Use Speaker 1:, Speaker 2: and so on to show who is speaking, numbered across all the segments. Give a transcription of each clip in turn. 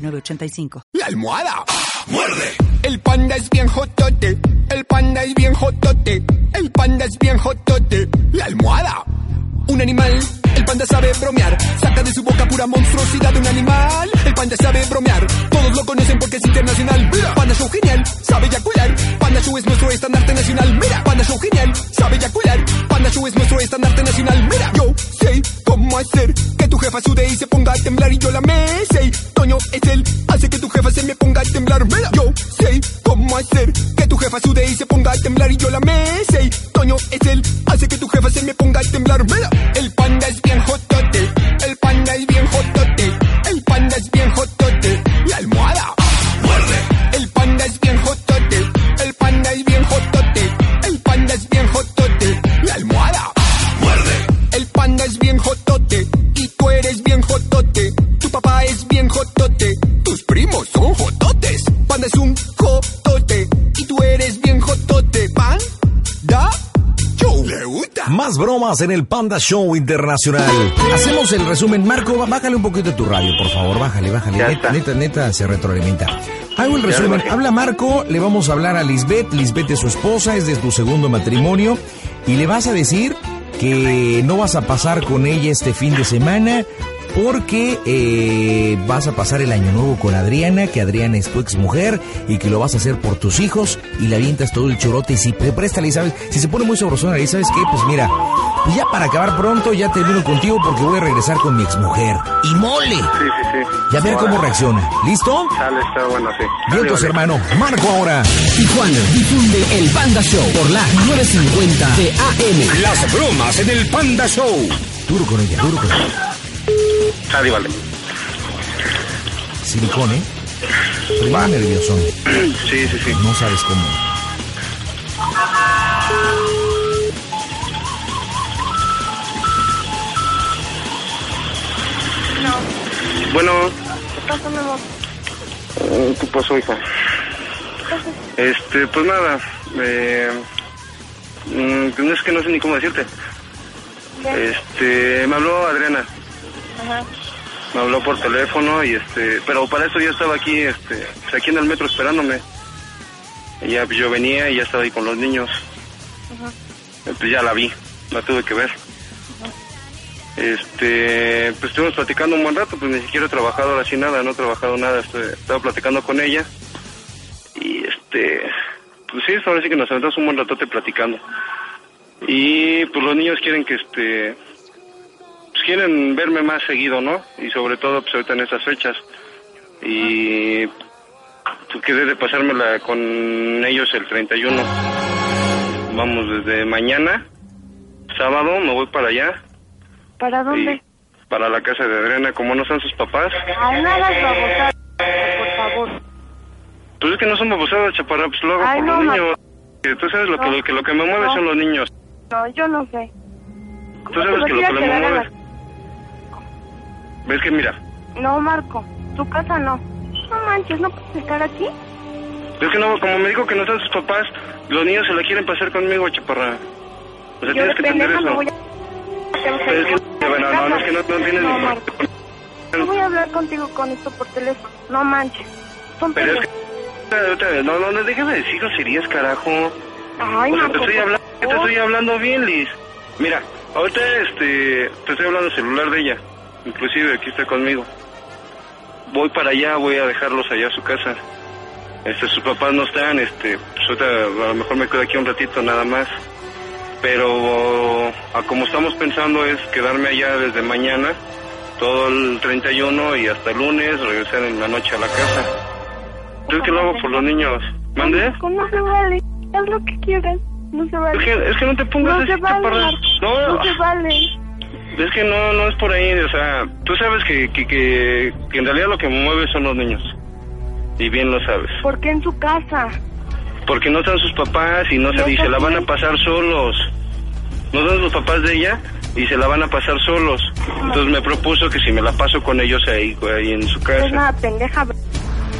Speaker 1: 985.
Speaker 2: ¡La almohada! ¡Muerde! El panda es bien jotote. El panda es bien jotote. El panda es bien jotote. ¡La almohada! Un animal. El panda sabe bromear. Saca de su boca pura monstruosidad de un animal. El panda sabe bromear. Todos lo conocen porque es internacional. Mira, panda show genial. Sabe eyacular. Panda show es nuestro estandarte nacional. Mira, panda show genial. Sabe eyacular. Panda show es nuestro estandarte nacional. Mira, yo sé cómo hacer que tu jefa sude y se ponga a temblar y yo la mece. Toño es él, hace que tu jefa se me ponga a temblar. Mira, yo sé cómo hacer que tu jefa sude y se ponga a temblar y yo la mece. Toño es él, hace que tu jefa se me ponga a temblar. Mira, el panda es bien jotote, el panda es bien jotote, el panda es bien jotote. La almohada muerde. El panda es bien jotote, el panda es bien jotote, el panda es bien jotote. La almohada muerde. El panda es bien jotote y tú eres bien jotote. Tu papá es bien jotote, tus primos son jototes. Panda es un jotote y tú eres bien jotote. Panda show. Le gusta.
Speaker 3: Más bromas en el Panda Show Internacional. Hacemos el resumen. Marco, bá- bájale un poquito tu radio, por favor. Bájale, bájale.
Speaker 4: Ya está.
Speaker 3: Neta, neta, neta, se retroalimenta. Hago el
Speaker 4: Ya lo
Speaker 3: resumen.
Speaker 4: bajé.
Speaker 3: Habla Marco, le vamos a hablar a Lisbeth. Lisbeth es su esposa, es de tu segundo matrimonio. Y le vas a decir que no vas a pasar con ella este fin de semana porque eh, vas a pasar el año nuevo con Adriana, que Adriana es tu exmujer y que lo vas a hacer por tus hijos y le avientas todo el chorote y si pre- préstale, y ¿sabes? Si se pone muy sabrosona y ¿sabes qué? Pues mira, pues ya para acabar pronto ya termino contigo porque voy a regresar con mi exmujer. Y mole.
Speaker 5: Sí, sí, sí.
Speaker 3: Y a ver cómo
Speaker 5: Ahora,
Speaker 3: reacciona. ¿Listo?
Speaker 5: Sale, está bueno, sí.
Speaker 3: Vientos,
Speaker 5: Vale, vale.
Speaker 3: hermano. Marco ahora.
Speaker 6: Tijuana difunde el Panda Show por la 950 de AM.
Speaker 7: Las bromas en el Panda Show.
Speaker 3: Duro con ella, duro con ella.
Speaker 5: Sale, vale.
Speaker 3: Silicón, ¿eh? Primero nervioso.
Speaker 5: Sí, sí, sí.
Speaker 3: No sabes cómo.
Speaker 8: No,
Speaker 5: Bueno,
Speaker 8: ¿qué pasó, mi amor?
Speaker 5: eh, ¿qué pasó, hija?
Speaker 8: ¿Qué pasó?
Speaker 5: Este, pues nada. Eh, mm, pues no es que no sé ni cómo decirte.
Speaker 8: ¿Qué?
Speaker 5: Este, me habló Adriana.
Speaker 8: Ajá.
Speaker 5: Me habló por teléfono y este, pero para eso yo estaba aquí, este, pues, aquí en el metro esperándome. Y ya pues, yo venía y ya estaba ahí con los niños.
Speaker 8: Ajá.
Speaker 5: Eh, Pues ya la vi, la tuve que ver. Este, pues estuvimos platicando un buen rato, pues ni siquiera he trabajado ahora sí nada, no he trabajado nada, estu- estaba platicando con ella. Y este, pues sí, ahora sí que nos aventamos un buen ratote platicando. Y pues los niños quieren que este, pues quieren verme más seguido, ¿no? Y sobre todo pues ahorita en esas fechas. Y pues, quedé de pasármela con ellos el 31. Vamos desde mañana, sábado, me voy para allá.
Speaker 8: ¿Para dónde?
Speaker 5: y para la casa de Adriana, como no están sus papás.
Speaker 8: Ay, no hagas babosadas,
Speaker 5: Eh.
Speaker 8: por favor.
Speaker 5: Pues es que no son babosadas, chaparra, pues lo hago
Speaker 8: Ay,
Speaker 5: por
Speaker 8: no,
Speaker 5: los
Speaker 8: ma-
Speaker 5: niños. Que Tú sabes lo que,
Speaker 8: No.
Speaker 5: lo que, lo que me mueve
Speaker 8: No.
Speaker 5: son los niños.
Speaker 8: No, yo no sé.
Speaker 5: Tú
Speaker 8: ¿Cómo te
Speaker 5: sabes
Speaker 8: vas
Speaker 5: que
Speaker 8: a
Speaker 5: lo ¿eh?
Speaker 8: ir a
Speaker 5: que me
Speaker 8: quedar a
Speaker 5: mueve... Ves que mira,
Speaker 8: la- No, Marco, tu casa no. No manches, ¿no puedes estar aquí?
Speaker 5: es que no, como me dijo que no están sus papás, los niños se la quieren pasar conmigo, chaparra. O sea,
Speaker 8: yo de
Speaker 5: tienes que entender
Speaker 8: pendeja
Speaker 5: eso.
Speaker 8: me voy a...
Speaker 5: Pero es que, bueno, no, no, es que no, no tienes
Speaker 8: No,
Speaker 5: ni-
Speaker 8: Marco, no voy a hablar contigo con esto por teléfono. No manches. Son
Speaker 5: Pero es
Speaker 8: pendejos.
Speaker 5: que... No, no, no, déjame decir groserías, carajo.
Speaker 8: Ay,
Speaker 5: O sea,
Speaker 8: Marco,
Speaker 5: te estoy
Speaker 8: por
Speaker 5: hablando, te
Speaker 8: favor.
Speaker 5: estoy hablando bien, Liz. Mira, ahorita este, te estoy hablando del celular de ella. Inclusive aquí está conmigo. Voy para allá, voy a dejarlos allá a su casa. Este, sus papás no están, este, pues ahorita a lo mejor me quedo aquí un ratito nada más. Pero a como estamos pensando es quedarme allá desde mañana, todo el 31 y hasta el lunes, regresar en la noche a la casa. Yo es que lo hago por los niños. ¿Mandé?
Speaker 8: Marco, no se vale. Haz lo que quieras. No se
Speaker 5: Es
Speaker 8: vale.
Speaker 5: que, es que no te pongas
Speaker 8: No
Speaker 5: así,
Speaker 8: se vale,
Speaker 5: chaparra.
Speaker 8: Marco.
Speaker 5: No,
Speaker 8: No se vale.
Speaker 5: Es que no, no es por ahí, o sea, tú sabes que, que, que, que en realidad lo que me mueve son los niños. Y bien lo sabes.
Speaker 8: ¿Por qué en su casa?
Speaker 5: Porque no están sus papás y no se,
Speaker 8: ¿Y
Speaker 5: y
Speaker 8: eso
Speaker 5: se la van a
Speaker 8: qué?
Speaker 5: pasar solos. No son los papás de ella y se la van a pasar solos. Entonces me propuso que si me la paso con ellos ahí, ahí en su
Speaker 8: Es una
Speaker 5: casa.
Speaker 8: pendeja. bro.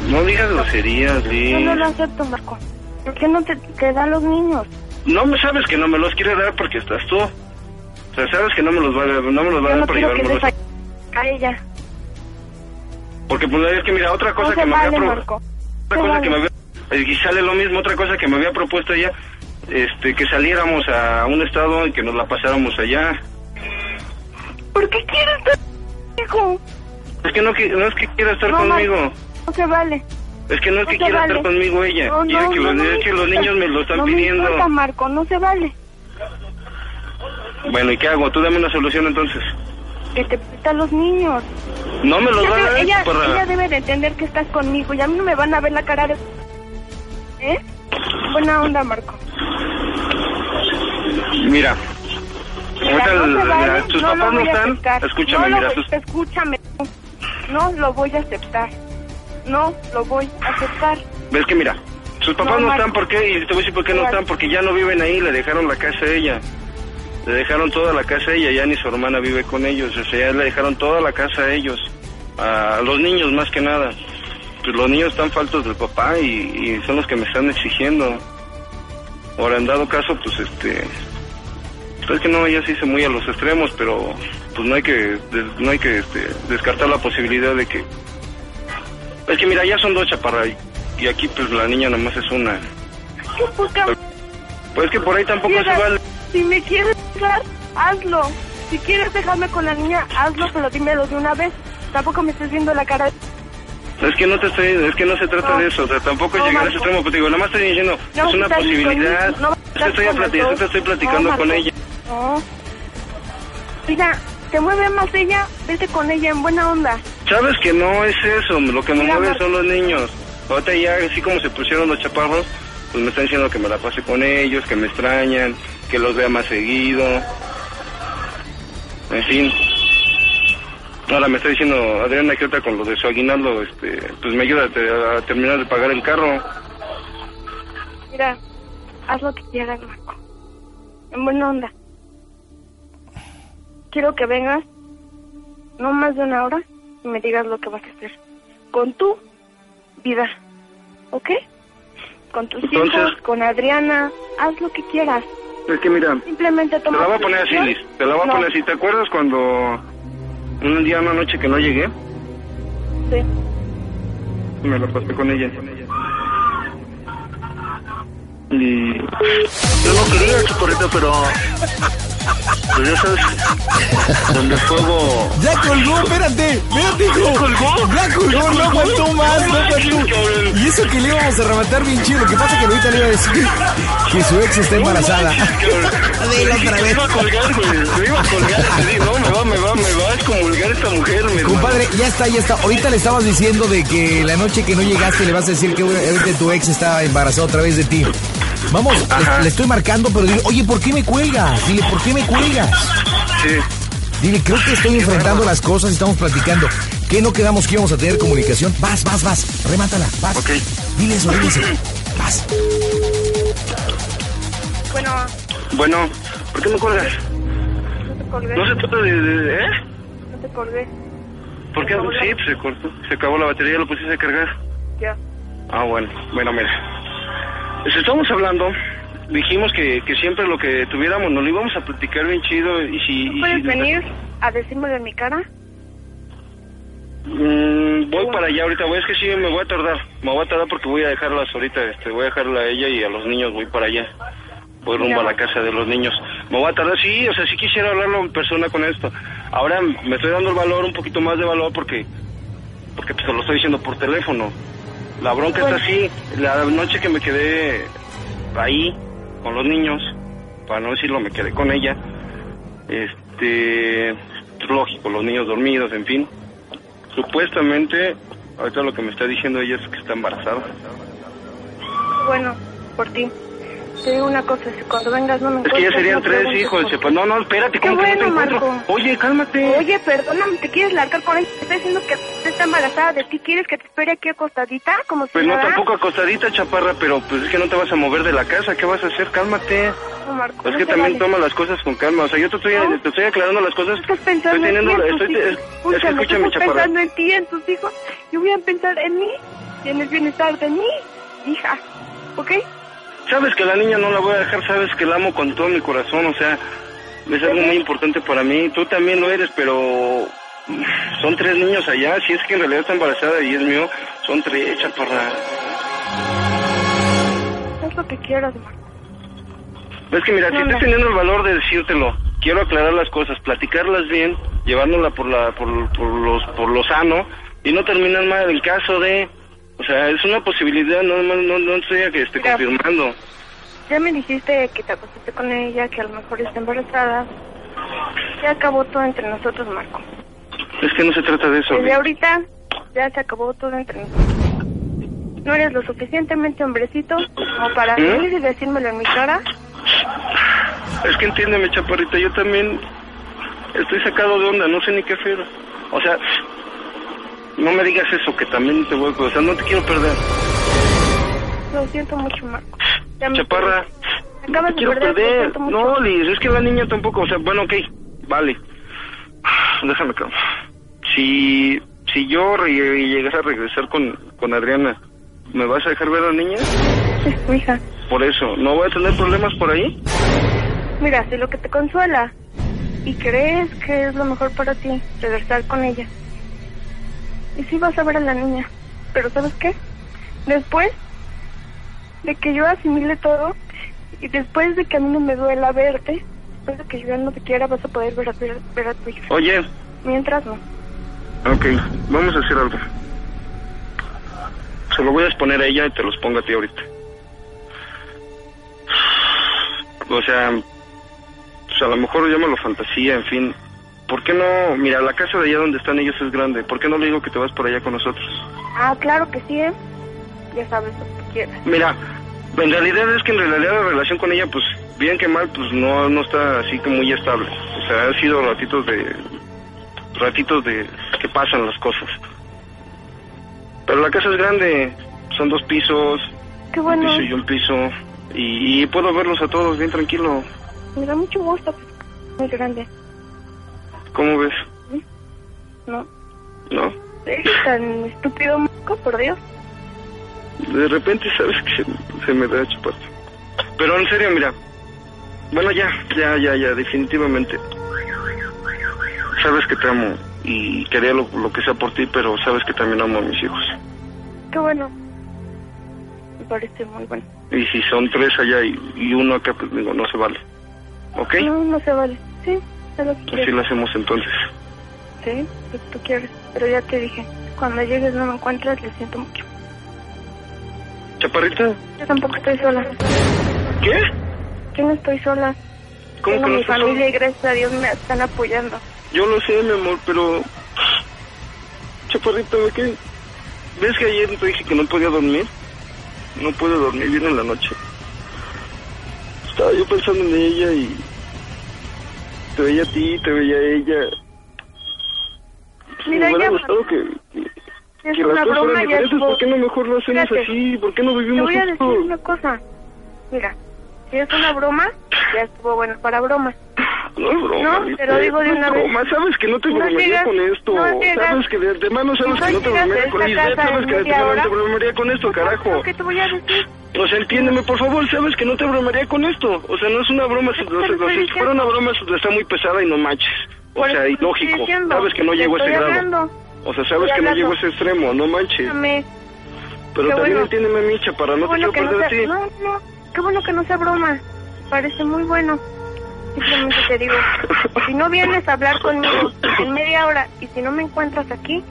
Speaker 5: No digas groserías, Liz.
Speaker 8: Yo no lo acepto, Marco. ¿Por qué no te, te da a los niños?
Speaker 5: No me sabes que no me los quiere dar porque estás tú. O sea, sabes que no me los va a, no me los va a
Speaker 8: Yo
Speaker 5: dar
Speaker 8: no
Speaker 5: por
Speaker 8: quiero que
Speaker 5: llevármelos.
Speaker 8: les falle a ella.
Speaker 5: Porque pues es que mira, otra cosa
Speaker 8: No
Speaker 5: que
Speaker 8: se
Speaker 5: me había
Speaker 8: vale,
Speaker 5: pro-
Speaker 8: Marco.
Speaker 5: otra
Speaker 8: se
Speaker 5: cosa que me
Speaker 8: vale.
Speaker 5: había y sale lo mismo, otra cosa que me había propuesto ella, este que saliéramos a un estado y que nos la pasáramos allá.
Speaker 8: ¿Por qué quieres estar hijo?
Speaker 5: Es que no, que- no es que quiera estar
Speaker 8: No, Marco,
Speaker 5: conmigo.
Speaker 8: No se vale.
Speaker 5: Es que no es
Speaker 8: no
Speaker 5: que
Speaker 8: se
Speaker 5: quiera
Speaker 8: vale.
Speaker 5: estar conmigo ella.
Speaker 8: No,
Speaker 5: Quiere
Speaker 8: no,
Speaker 5: que
Speaker 8: no,
Speaker 5: los,
Speaker 8: no
Speaker 5: es
Speaker 8: me
Speaker 5: que los
Speaker 8: importa.
Speaker 5: niños me lo están
Speaker 8: no
Speaker 5: pidiendo.
Speaker 8: Me importa, Marco, no se vale.
Speaker 5: Bueno, ¿y qué hago? Tú dame una solución entonces.
Speaker 8: Que te pita a los niños.
Speaker 5: No me los
Speaker 8: Yo
Speaker 5: va a
Speaker 8: creo-
Speaker 5: dar
Speaker 8: ella,
Speaker 5: porra.
Speaker 8: ella debe de entender que estás conmigo y a mí no me van a ver la cara de... ¿Eh? Buena onda, Marco.
Speaker 5: Mira.
Speaker 8: Mira,
Speaker 5: ahorita
Speaker 8: no
Speaker 5: el-
Speaker 8: se vale,
Speaker 5: la- tus
Speaker 8: no lo
Speaker 5: papás no
Speaker 8: voy a
Speaker 5: están.
Speaker 8: aceptar.
Speaker 5: Escúchame,
Speaker 8: No lo
Speaker 5: mira,
Speaker 8: voy-
Speaker 5: tus,
Speaker 8: Escúchame. No lo voy a aceptar. No lo voy a aceptar.
Speaker 5: Ves que mira, sus papás
Speaker 8: No,
Speaker 5: no,
Speaker 8: Mar-
Speaker 5: están, ¿por qué? Y te voy a decir por qué no
Speaker 8: Claro.
Speaker 5: están, porque ya no viven ahí, le dejaron la casa a ella. Le dejaron toda la casa a ella, ya ni su hermana vive con ellos, o sea, ya le dejaron toda la casa a ellos, a los niños más que nada. Pues los niños están faltos del papá y, y son los que me están exigiendo. Ahora, en dado caso, pues este... pues, es que no, ella se hizo muy a los extremos, pero pues no hay que, des- no hay que este, descartar la posibilidad de que es que mira, ya son dos chaparras y aquí pues la niña nomás es una.
Speaker 8: ¿Qué poca
Speaker 5: Pues es que por ahí tampoco se
Speaker 8: mierda.
Speaker 5: vale.
Speaker 8: Si me quieres dejar, hazlo. Si quieres dejarme con la niña, hazlo, pero dímelo de una vez. Tampoco me estés viendo la cara.
Speaker 5: Es que no te estoy, es que no se trata
Speaker 8: No.
Speaker 5: de eso, o sea, tampoco
Speaker 8: No,
Speaker 5: llegar a
Speaker 8: Marco.
Speaker 5: ese extremo, pues digo, nada más estoy diciendo,
Speaker 8: No,
Speaker 5: es una
Speaker 8: estás
Speaker 5: posibilidad.
Speaker 8: conmigo, no,
Speaker 5: es que estoy a
Speaker 8: estás con
Speaker 5: plati-
Speaker 8: las
Speaker 5: yo
Speaker 8: dos.
Speaker 5: te estoy platicando
Speaker 8: No,
Speaker 5: con
Speaker 8: Marco.
Speaker 5: ella.
Speaker 8: No. Mira, te mueve más ella, vete con ella en buena onda.
Speaker 5: Sabes que no es eso, lo que me
Speaker 8: Mira,
Speaker 5: mueve
Speaker 8: Marco.
Speaker 5: son los niños. Ahorita ya así como se pusieron los chaparros, pues me están diciendo que me la pase con ellos, que me extrañan, que los vea más seguido. En fin. Ahora me está diciendo Adriana que ahorita con lo de su aguinaldo, este, pues me ayuda a, te- a terminar de pagar el carro.
Speaker 8: Mira, haz lo que quieras, Marco. En buena onda. Quiero que vengas no más de una hora y me digas lo que vas a hacer. Con tu vida, ¿ok? Con tus
Speaker 5: Entonces-
Speaker 8: hijos, con Adriana, haz lo que quieras.
Speaker 5: Es que mira,
Speaker 8: Simplemente
Speaker 5: te
Speaker 8: toma...
Speaker 5: la voy a
Speaker 8: tu
Speaker 5: poner así,
Speaker 8: decisión.
Speaker 5: Liz. Te la voy a
Speaker 8: No,
Speaker 5: poner así. ¿Te acuerdas cuando un día, una noche que no llegué,
Speaker 8: sí.
Speaker 5: me la pasé con ella? Y... Yo no quería chocorrito, pero... Pero ya sabes, donde el fuego...
Speaker 3: Ya colgó, espérate, espérate, hijo.
Speaker 5: ¿Ya colgó?
Speaker 3: Ya colgó, no aguantó más, no aguantó. Y eso que le íbamos a rematar bien chido. Lo que pasa es que ahorita le iba a decir que su ex está embarazada.
Speaker 5: Dilo otra vez. Me iba a colgar, güey. Me iba a colgar. Te digo, no, me va, me va, me va a excomulgar esta mujer, mi hermano.
Speaker 3: Compadre, ya está, ya está. Ahorita le estabas diciendo de que la noche que no llegaste le vas a decir que ahorita tu ex está embarazada otra vez de ti. Vamos, le, le estoy marcando, pero dile, oye, ¿por qué me cuelgas? Dile, ¿por qué me cuelgas?
Speaker 5: Sí.
Speaker 3: Dile, creo que estoy enfrentando las cosas y estamos platicando. ¿Qué no quedamos que íbamos a tener comunicación? Vas, vas, vas. Remátala, vas.
Speaker 5: Ok.
Speaker 3: Dile eso, dile eso. Vas.
Speaker 8: Bueno,
Speaker 5: Bueno, ¿por qué me colgas?
Speaker 8: no te colgué,
Speaker 5: No se trata de... de- ¿Eh?
Speaker 8: no te colgué.
Speaker 5: ¿Por qué? Sí, pues se cortó. Se acabó la batería, lo pusiste a cargar.
Speaker 8: Ya.
Speaker 5: Ah, bueno. Bueno, mira. Pues estamos hablando. Dijimos que, que siempre lo que tuviéramos nos lo íbamos a platicar bien chido. Y si, y
Speaker 8: ¿Tú
Speaker 5: si-
Speaker 8: puedes venir a decírmelo en mi cara?
Speaker 5: Mm, voy para allá ahorita. Voy, es que sí, me voy a tardar. Me voy a tardar porque voy a dejarlas ahorita. Este, voy a dejarla a ella y a los niños. Voy para allá. Voy rumbo a la casa de los niños. Me voy a tardar, sí, o sea, sí quisiera hablarlo en persona con esto. Ahora me estoy dando el valor, un poquito más de valor porque porque pues, se lo estoy diciendo por teléfono. La bronca está así. La noche que me quedé ahí con los niños, para no decirlo, me quedé con ella. Este, lógico, los niños dormidos, en fin. Supuestamente, ahorita lo que me está diciendo ella es que está embarazada.
Speaker 8: Bueno, por ti. Te digo una cosa, si cuando vengas no me
Speaker 5: Es
Speaker 8: encuentras...
Speaker 5: que ya serían
Speaker 8: no
Speaker 5: tres
Speaker 8: preguntes
Speaker 5: hijos.
Speaker 8: por
Speaker 5: se-
Speaker 8: qué.
Speaker 5: pues, no, no, espérate,
Speaker 8: Qué
Speaker 5: ¿cómo que no
Speaker 8: bueno,
Speaker 5: te encuentro?
Speaker 8: Marco.
Speaker 5: Oye, cálmate.
Speaker 8: Oye, perdóname, ¿te quieres largar con él? Te estoy diciendo que usted está embarazada de ti. ¿Quieres que te espere aquí acostadita? Como si
Speaker 5: Pues no,
Speaker 8: nada?
Speaker 5: tampoco acostadita, chaparra, pero pues es que no te vas a mover de la casa. ¿Qué vas a hacer? Cálmate.
Speaker 8: No, Marco,
Speaker 5: Es
Speaker 8: no
Speaker 5: que
Speaker 8: se
Speaker 5: también
Speaker 8: Pues vale.
Speaker 5: toma las cosas con calma. O sea, yo te estoy,
Speaker 8: No.
Speaker 5: te estoy aclarando las cosas.
Speaker 8: Estás pensando
Speaker 5: estoy pues teniendo,
Speaker 8: en ti, en
Speaker 5: estoy,
Speaker 8: tus
Speaker 5: es,
Speaker 8: hijos.
Speaker 5: es que escúchame,
Speaker 8: estás
Speaker 5: chaparra.
Speaker 8: pensando en ti, en tus hijos. Yo voy a pensar en mí y en el bienestar de mí, hija. ¿Ok?
Speaker 5: Sabes que la niña no la voy a dejar, sabes que la amo con todo mi corazón, o sea, es algo muy importante para mí. Tú también lo eres, pero mm, son tres niños allá, si es que en realidad está embarazada y es mío, son tres, chaparra.
Speaker 8: Haz lo que quieras, Marco.
Speaker 5: Es que mira,
Speaker 8: No,
Speaker 5: si
Speaker 8: no.
Speaker 5: estás teniendo el valor de decírtelo, quiero aclarar las cosas, platicarlas bien, llevándola por la por, por los por lo sano y no terminar mal en caso de, o sea, es una posibilidad, no no no, no estoy que esté
Speaker 8: Mira.
Speaker 5: confirmando.
Speaker 8: Ya me dijiste que te acostaste con ella, que a lo mejor está embarazada. Ya acabó todo entre nosotros, Marco.
Speaker 5: Es que no se trata de eso.
Speaker 8: Desde
Speaker 5: Vic.
Speaker 8: ahorita ya se acabó todo entre nosotros. No eres lo suficientemente hombrecito como para
Speaker 5: ¿Eh?
Speaker 8: venir y decírmelo en mi cara.
Speaker 5: Es que entiéndeme, chaparrita, yo también estoy sacado de onda, no sé ni qué hacer. O sea, no me digas eso, que también te voy a... O sea, no te quiero perder.
Speaker 8: Lo siento mucho, Marco. Ya me-
Speaker 5: Chaparra,
Speaker 8: Me
Speaker 5: no te
Speaker 8: acabas de
Speaker 5: quiero
Speaker 8: perder, lo
Speaker 5: perder.
Speaker 8: siento mucho.
Speaker 5: No, Liz, es que la niña tampoco, o sea, bueno, ok, vale. Déjame, cabrón. Si, si yo re- llegas a regresar con, con Adriana, ¿me vas a dejar ver a la niña?
Speaker 8: Sí, mi hija.
Speaker 5: Por eso, ¿no voy a tener problemas por ahí?
Speaker 8: Mira, si lo que te consuela y crees que es lo mejor para ti, regresar con ella. Y sí vas a ver a la niña, pero ¿sabes qué? Después de que yo asimile todo y después de que a mí no me duela verte, después de que yo ya no te quiera, vas a poder ver a, ver, a- ver a tu hija.
Speaker 5: Oye,
Speaker 8: Mientras no.
Speaker 5: Ok, vamos a hacer algo. Se lo voy a exponer a ella y te los pongo a ti ahorita. O sea, pues a lo mejor llámalo fantasía, en fin. ¿Por qué no? Mira, la casa de allá donde están ellos es grande. ¿Por qué no le digo que te vas por allá con nosotros?
Speaker 8: Ah, claro que sí, ¿eh? Ya sabes lo que quieras.
Speaker 5: Mira, en realidad es que en realidad la relación con ella, pues bien que mal, pues no, no está así que muy estable. O sea, han sido ratitos de... ratitos de que pasan las cosas. Pero la casa es grande, son dos pisos,
Speaker 8: Qué
Speaker 5: un
Speaker 8: bueno. ¿eh?
Speaker 5: piso y un piso, y, y puedo verlos a todos bien tranquilo.
Speaker 8: Me da mucho gusto. pues, Muy grande.
Speaker 5: ¿Cómo ves?
Speaker 8: No.
Speaker 5: ¿No?
Speaker 8: Eres tan estúpido, Marco, por Dios.
Speaker 5: De repente sabes que se, se me da chupar. Pero en serio, mira. Bueno, ya, ya, ya, ya, definitivamente. Sabes que te amo y quería lo, lo que sea por ti, pero sabes que también amo a mis hijos.
Speaker 8: Qué bueno. Me parece muy bueno.
Speaker 5: Y si son tres allá y, y uno acá, pues digo, no se vale. ¿Ok?
Speaker 8: No, no se vale. Sí, es lo que
Speaker 5: Así
Speaker 8: quieres.
Speaker 5: Pues lo hacemos entonces.
Speaker 8: Sí, lo que tú quieres. Pero ya te dije, cuando llegues no me encuentras, lo siento mucho.
Speaker 5: Chaparrita,
Speaker 8: Yo tampoco estoy sola.
Speaker 5: ¿qué?
Speaker 8: Yo no estoy sola.
Speaker 5: ¿Cómo
Speaker 8: Tengo
Speaker 5: que no
Speaker 8: mi
Speaker 5: estás
Speaker 8: familia
Speaker 5: sola?
Speaker 8: y gracias a Dios me están apoyando.
Speaker 5: Yo lo sé, mi amor, pero... Chaparrita, ¿ve qué? ¿Ves que ayer te dije que no podía dormir? No pude dormir bien en la noche. Estaba yo pensando en ella y... Te veía a ti, te veía a ella.
Speaker 8: Mira,
Speaker 5: me
Speaker 8: ya,
Speaker 5: hubiera gustado que, que,
Speaker 8: es
Speaker 5: que las
Speaker 8: una
Speaker 5: cosas fueran
Speaker 8: broma y
Speaker 5: diferentes.
Speaker 8: algo-
Speaker 5: ¿Por qué no mejor lo hacemos
Speaker 8: Fíjate,
Speaker 5: así? ¿Por qué no
Speaker 8: Te
Speaker 5: vivimos
Speaker 8: voy a decir
Speaker 5: juntos?
Speaker 8: una cosa. Mira, si es una broma, ya estuvo bueno para bromas.
Speaker 5: No es broma.
Speaker 8: No,
Speaker 5: Lisbeth,
Speaker 8: te lo digo de
Speaker 5: no es
Speaker 8: una vez.
Speaker 5: broma. Sabes que no te
Speaker 8: No
Speaker 5: bromearía
Speaker 8: llegas-
Speaker 5: con esto.
Speaker 8: no llegas-
Speaker 5: sabes que de, de mano sabes
Speaker 8: no
Speaker 5: que no te
Speaker 8: llegas a
Speaker 5: bromearía con
Speaker 8: esta
Speaker 5: Lisbeth.
Speaker 8: casa
Speaker 5: Sabes
Speaker 8: en
Speaker 5: que de
Speaker 8: media
Speaker 5: plano no
Speaker 8: hora. pues,
Speaker 5: te bromearía con esto, carajo.
Speaker 8: ¿Qué te voy a decir?
Speaker 5: O sea, entiéndeme, por favor. Sabes que no te bromearía con esto. O sea, no es una broma. Si,
Speaker 8: Es que te
Speaker 5: o sea,
Speaker 8: lo estoy
Speaker 5: si
Speaker 8: diciendo.
Speaker 5: fuera una broma, se- está muy pesada y no manches. O
Speaker 8: Por
Speaker 5: sea,
Speaker 8: eso te estoy
Speaker 5: ilógico.
Speaker 8: diciendo,
Speaker 5: Sabes que no
Speaker 8: te
Speaker 5: llego a ese
Speaker 8: estoy
Speaker 5: grado.
Speaker 8: hablando.
Speaker 5: O sea, sabes
Speaker 8: Estoy
Speaker 5: que no
Speaker 8: hablando.
Speaker 5: llego a ese extremo, no manches.
Speaker 8: Dígame.
Speaker 5: Pero
Speaker 8: qué
Speaker 5: también
Speaker 8: bueno.
Speaker 5: entiéndeme a mí, chaparra. No
Speaker 8: Qué
Speaker 5: te quiero
Speaker 8: bueno que no
Speaker 5: perder a
Speaker 8: sea,
Speaker 5: ti.
Speaker 8: no, no, qué bueno que no sea broma. Parece muy bueno. Simplemente te digo, si no vienes a hablar conmigo en media hora y si no me encuentras aquí,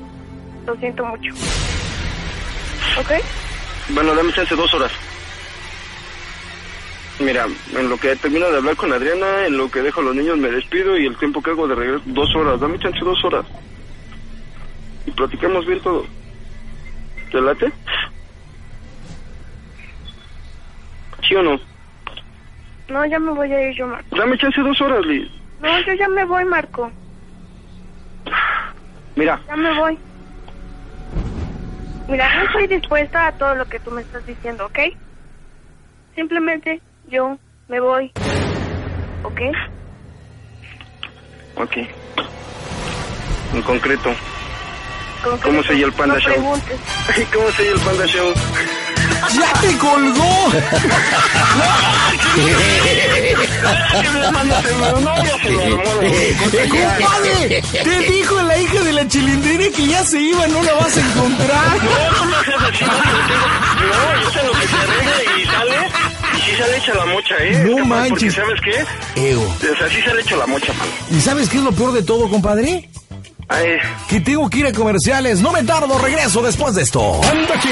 Speaker 8: lo siento mucho. ¿Ok?
Speaker 5: Bueno, dame chance dos horas. Mira, en lo que termino de hablar con Adriana, en lo que dejo a los niños me despido y el tiempo que hago de regreso, dos horas. Dame chance dos horas. Y platicamos bien todo. ¿Te late? ¿Sí o no?
Speaker 8: No, ya me voy a ir yo, Marco.
Speaker 5: Dame chance dos horas, Liz.
Speaker 8: No, yo ya me voy, Marco.
Speaker 5: Mira,
Speaker 8: Ya me voy. Mira, no estoy dispuesta a todo lo que tú me estás diciendo, ¿ok? Simplemente yo me voy. ¿Ok?
Speaker 5: ok. En concreto.
Speaker 8: Como que
Speaker 5: ¿Cómo
Speaker 8: no-
Speaker 5: se llama el Panda
Speaker 8: no
Speaker 5: Show?
Speaker 8: preguntes.
Speaker 5: ¿Cómo se llama el Panda Show?
Speaker 3: ¡Ya te colgó! ¡Compadre! Te dijo la hija de la chilindrina que ya se iba, no la vas a encontrar.
Speaker 5: No, yo sé lo que se arregla y sale. Y sí sale hecha la mocha, ¿eh?
Speaker 3: No
Speaker 5: Capaz, Porque
Speaker 3: manches.
Speaker 5: ¿sabes qué?
Speaker 3: Ego.
Speaker 5: O sea, sí sale hecha la mocha, man.
Speaker 3: ¿Y sabes qué es lo peor de todo, compadre?
Speaker 5: Ay.
Speaker 3: Que tengo que ir a comerciales. No me tardo, regreso después de esto.
Speaker 7: Panda Show.